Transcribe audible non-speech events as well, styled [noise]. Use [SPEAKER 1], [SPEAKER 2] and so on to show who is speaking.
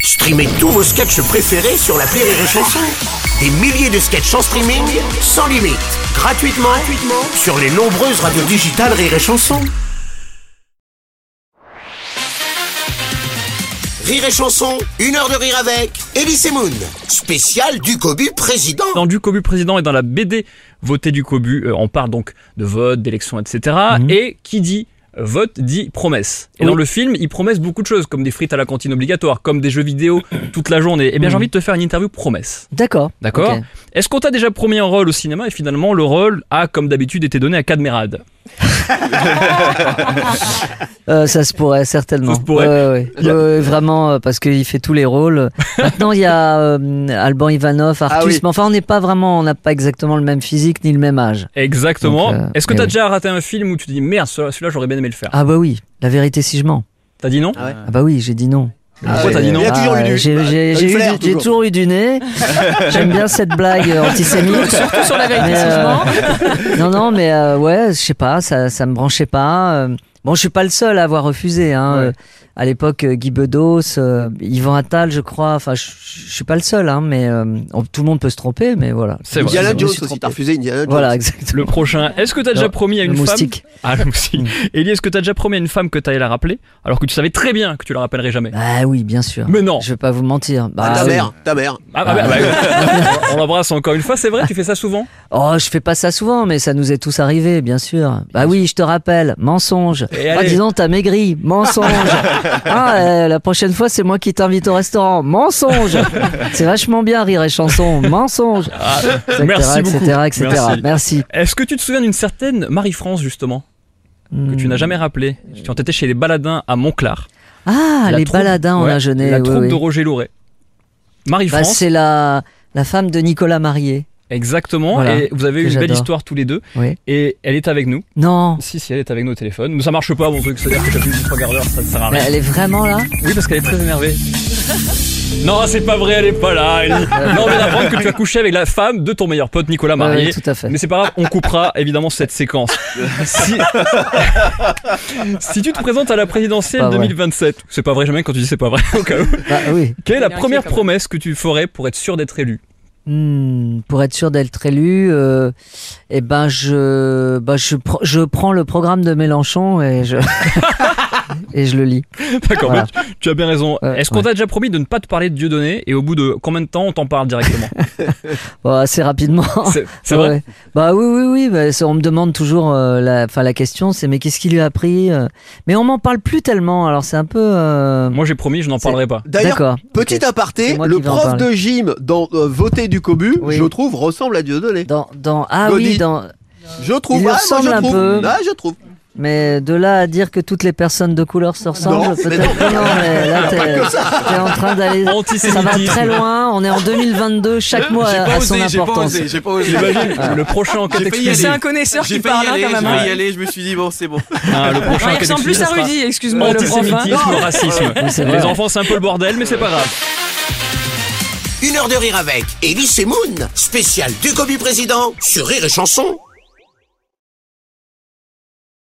[SPEAKER 1] Streamez tous vos sketchs préférés sur la Rire et Chanson. Des milliers de sketchs en streaming, sans limite, gratuitement, gratuitement sur les nombreuses radios digitales Rire et Chanson. Rire et Chanson, une heure de rire avec Elise Moon, spécial du Cobu président.
[SPEAKER 2] Dans du Cobu président et dans la BD Voter du Cobu, euh, on parle donc de vote, d'élection, etc.
[SPEAKER 3] Mhm.
[SPEAKER 2] Et qui dit euh, vote dit promesse. Et dans le film, ils promettent beaucoup de choses, comme des frites à la cantine obligatoire, comme des jeux
[SPEAKER 3] [clears throat]
[SPEAKER 2] vidéo toute la journée. Eh bien, j'ai envie de te faire une interview promesse.
[SPEAKER 3] D'accord.
[SPEAKER 2] D'accord
[SPEAKER 3] Mhm. Ok.
[SPEAKER 2] Est-ce qu'on t'a déjà promis un rôle au cinéma et finalement le rôle a, comme d'habitude, été donné à Cadmerade
[SPEAKER 3] Euh, ça se pourrait certainement.
[SPEAKER 2] Ça se pourrait. Bah,
[SPEAKER 3] Ouais, ouais, ouais. Ouais, ouais, vraiment, euh, parce qu'il fait tous les rôles.
[SPEAKER 2] [laughs]
[SPEAKER 3] Maintenant, il y a euh, Alban Ivanov, Artus,
[SPEAKER 4] Ah oui.
[SPEAKER 3] mais enfin, on n'est pas vraiment, on n'a pas exactement le même physique ni le même âge.
[SPEAKER 2] Exactement.
[SPEAKER 3] Donc, euh,
[SPEAKER 2] Est-ce que
[SPEAKER 3] eh
[SPEAKER 2] t'as
[SPEAKER 3] oui.
[SPEAKER 2] déjà raté un film où tu te dis merde, celui- celui-là j'aurais bien aimé le faire
[SPEAKER 3] Ah bah oui, la vérité si je mens.
[SPEAKER 2] T'as dit non
[SPEAKER 3] Ah bah oui, j'ai dit non.
[SPEAKER 2] Pourquoi
[SPEAKER 3] J'ai-
[SPEAKER 2] t'as dit non
[SPEAKER 4] Ah Il y a toujours eu du- Ah,
[SPEAKER 3] J'ai j'ai-
[SPEAKER 4] il
[SPEAKER 3] j'ai eu
[SPEAKER 4] flaire,
[SPEAKER 3] du- j'ai
[SPEAKER 4] toujours.
[SPEAKER 3] toujours eu du nez. J'aime bien cette
[SPEAKER 4] [laughs]
[SPEAKER 3] blague euh, antisémite. Surtout sur la vérité [laughs] Non, non, mais euh, ouais, je sais pas, ça, ça me branchait pas. euh. Bon, je suis pas le seul à avoir refusé. Hein. euh, À l'époque, euh, Guy Bedos, euh, Yvan Attal, je crois. Enfin, je je suis pas le seul, hein, mais euh, on- tout le monde peut se tromper, mais voilà.
[SPEAKER 2] C'est vrai.
[SPEAKER 3] Je
[SPEAKER 4] Indiana
[SPEAKER 3] me
[SPEAKER 4] Jones
[SPEAKER 3] suis
[SPEAKER 4] aussi,
[SPEAKER 3] trompé.
[SPEAKER 4] t'as refusé Indiana Jones.
[SPEAKER 3] Voilà, exactement.
[SPEAKER 2] Le prochain. Est-ce que t'as déjà
[SPEAKER 3] Non,
[SPEAKER 2] promis à
[SPEAKER 3] le
[SPEAKER 2] une femme
[SPEAKER 3] moustique.
[SPEAKER 2] Ah, le moustique. Ellie, est-ce que t'as déjà promis à une femme que t'allais la rappeler alors que tu savais très bien que tu la rappellerais jamais
[SPEAKER 3] Ah oui, bien sûr.
[SPEAKER 2] Mais non.
[SPEAKER 3] Je vais pas vous mentir.
[SPEAKER 4] Ah,
[SPEAKER 3] Bah,
[SPEAKER 4] ta
[SPEAKER 3] oui.
[SPEAKER 4] mère, ta mère.
[SPEAKER 2] Ah, bah, bah, bah, on l'embrasse encore une fois, c'est vrai, tu fais ça souvent
[SPEAKER 3] Oh, je fais pas ça souvent, mais ça nous est tous arrivé, bien sûr. Bah oui, je te rappelle, mensonge.
[SPEAKER 2] Et
[SPEAKER 3] Ah,
[SPEAKER 2] allez.
[SPEAKER 3] dis donc, t'as maigri, mensonge.
[SPEAKER 2] [laughs]
[SPEAKER 3] ah, euh, la prochaine fois, c'est moi qui t'invite au restaurant, mensonge. c'est vachement bien, rire et chanson, mensonge. etc.,
[SPEAKER 2] Ah, merci beaucoup.
[SPEAKER 3] etc., etc.
[SPEAKER 2] Merci.
[SPEAKER 3] Merci.
[SPEAKER 2] Est-ce que tu te souviens d'une certaine Marie-France, justement, que
[SPEAKER 3] Hmm.
[SPEAKER 2] tu n'as jamais rappelée Quand t'étais chez les baladins à Montclar.
[SPEAKER 3] Ah,
[SPEAKER 2] La
[SPEAKER 3] les
[SPEAKER 2] troupe-
[SPEAKER 3] baladins en
[SPEAKER 2] ouais,
[SPEAKER 3] Agenais.
[SPEAKER 2] La
[SPEAKER 3] oui,
[SPEAKER 2] troupe
[SPEAKER 3] oui.
[SPEAKER 2] de Roger Louret.
[SPEAKER 3] Bah,
[SPEAKER 2] Marie-France,
[SPEAKER 3] c'est la, la femme de Nicolas Marié.
[SPEAKER 2] exactement.
[SPEAKER 3] Voilà,
[SPEAKER 2] et vous avez eu
[SPEAKER 3] que
[SPEAKER 2] une belle
[SPEAKER 3] j'adore.
[SPEAKER 2] histoire tous les deux.
[SPEAKER 3] Oui.
[SPEAKER 2] Et elle est avec nous.
[SPEAKER 3] Non.
[SPEAKER 2] Si, si, elle est avec nous au téléphone. Mais ça marche pas, mon truc. C'est-à-dire que j'appuie du trois quarts d'heure, ça ne sert à rien.
[SPEAKER 3] Mais Bah, elle est vraiment là
[SPEAKER 2] Oui, parce qu'elle est très énervée. [laughs] Non, c'est pas vrai, elle est pas là. Elle...
[SPEAKER 3] [laughs]
[SPEAKER 2] Non, mais d'apprendre que tu as couché avec la femme de ton meilleur pote Nicolas Marié.
[SPEAKER 3] Ouais, tout à fait.
[SPEAKER 2] Mais c'est pas grave, on coupera évidemment cette
[SPEAKER 3] [laughs]
[SPEAKER 2] séquence. Si, [laughs] Si tu te présentes à la présidentielle
[SPEAKER 3] Pas vrai.
[SPEAKER 2] 2027, c'est pas vrai jamais quand tu dis c'est pas vrai. [laughs] au cas où.
[SPEAKER 3] Bah oui.
[SPEAKER 2] Quelle est la première promesse que tu ferais pour être sûr d'être élu [laughs]
[SPEAKER 3] Hmm, pour être sûr d'être élu, euh, eh ben je, bah je, pr- je prends le programme de Mélenchon et
[SPEAKER 4] [laughs]
[SPEAKER 3] je, et je le lis.
[SPEAKER 2] D'accord,
[SPEAKER 3] Voilà.
[SPEAKER 2] mais tu- tu as bien raison.
[SPEAKER 3] Ouais,
[SPEAKER 2] Est-ce qu'on
[SPEAKER 3] ouais.
[SPEAKER 2] t'a déjà promis de ne pas te parler de Dieudonné et au bout de combien de temps on t'en parle
[SPEAKER 3] [laughs]
[SPEAKER 2] directement
[SPEAKER 3] Bon, assez rapidement.
[SPEAKER 2] C'est c'est vrai
[SPEAKER 3] [laughs] Ouais. Bah oui, oui, oui. bah, ça, on me demande toujours, euh, la, enfin la question, c'est mais qu'est-ce qui lui a pris euh, Mais on m'en parle plus tellement. Alors c'est un peu. euh,
[SPEAKER 2] Moi j'ai promis, je n'en parlerai pas.
[SPEAKER 4] D'ailleurs,
[SPEAKER 3] D'accord.
[SPEAKER 4] petit
[SPEAKER 3] Ok.
[SPEAKER 4] aparté,
[SPEAKER 3] C'est moi
[SPEAKER 4] le
[SPEAKER 3] qui vais en
[SPEAKER 4] prof
[SPEAKER 3] parler.
[SPEAKER 4] de gym dans euh, Voter du Cobu,
[SPEAKER 3] Oui.
[SPEAKER 4] je trouve, ressemble à Dieudonné.
[SPEAKER 3] Dans, dans, ah
[SPEAKER 4] Gaudi.
[SPEAKER 3] oui, dans.
[SPEAKER 4] Je trouve,
[SPEAKER 3] Il lui
[SPEAKER 4] ah, moi,
[SPEAKER 3] ressemble
[SPEAKER 4] je
[SPEAKER 3] un
[SPEAKER 4] trouve.
[SPEAKER 3] peu.
[SPEAKER 4] Ah, je trouve.
[SPEAKER 3] Mais de là à dire que toutes les personnes de couleur se ressemblent,
[SPEAKER 4] Non, mais
[SPEAKER 3] peut-être que non, mais là, t'es t'es en train
[SPEAKER 4] [laughs]
[SPEAKER 3] d'aller. [laughs] Ça va
[SPEAKER 2] Antisémitisme.
[SPEAKER 3] très loin, on est en 2022, chaque mois
[SPEAKER 5] J'ai
[SPEAKER 3] a,
[SPEAKER 5] pas
[SPEAKER 3] a son
[SPEAKER 5] osé, j'ai pas
[SPEAKER 3] importance.
[SPEAKER 5] osé, j'ai pas osé.
[SPEAKER 2] J'imagine le prochain enquête
[SPEAKER 5] J'ai failli y
[SPEAKER 2] exclusive.
[SPEAKER 6] C'est un connaisseur
[SPEAKER 5] J'ai
[SPEAKER 6] qui parle
[SPEAKER 5] failli y
[SPEAKER 6] hein,
[SPEAKER 5] aller,
[SPEAKER 6] quand même.
[SPEAKER 5] j'ai failli y
[SPEAKER 6] hein.
[SPEAKER 5] aller, je me suis dit bon, c'est bon.
[SPEAKER 2] Ah,
[SPEAKER 6] Non, Il
[SPEAKER 2] le prochain enquête
[SPEAKER 6] ressemble plus
[SPEAKER 2] exclusive,
[SPEAKER 6] à
[SPEAKER 2] ça sera
[SPEAKER 6] Rudy, excuse-moi, le prof. hein.
[SPEAKER 2] Antisémitisme, racisme.
[SPEAKER 3] Oui, c'est
[SPEAKER 2] Les
[SPEAKER 3] vrai.
[SPEAKER 2] enfants, c'est un peu le bordel, mais c'est pas grave.
[SPEAKER 1] Une heure de rire avec Elise Moon, spécial du Cobu président sur Rire et Chanson.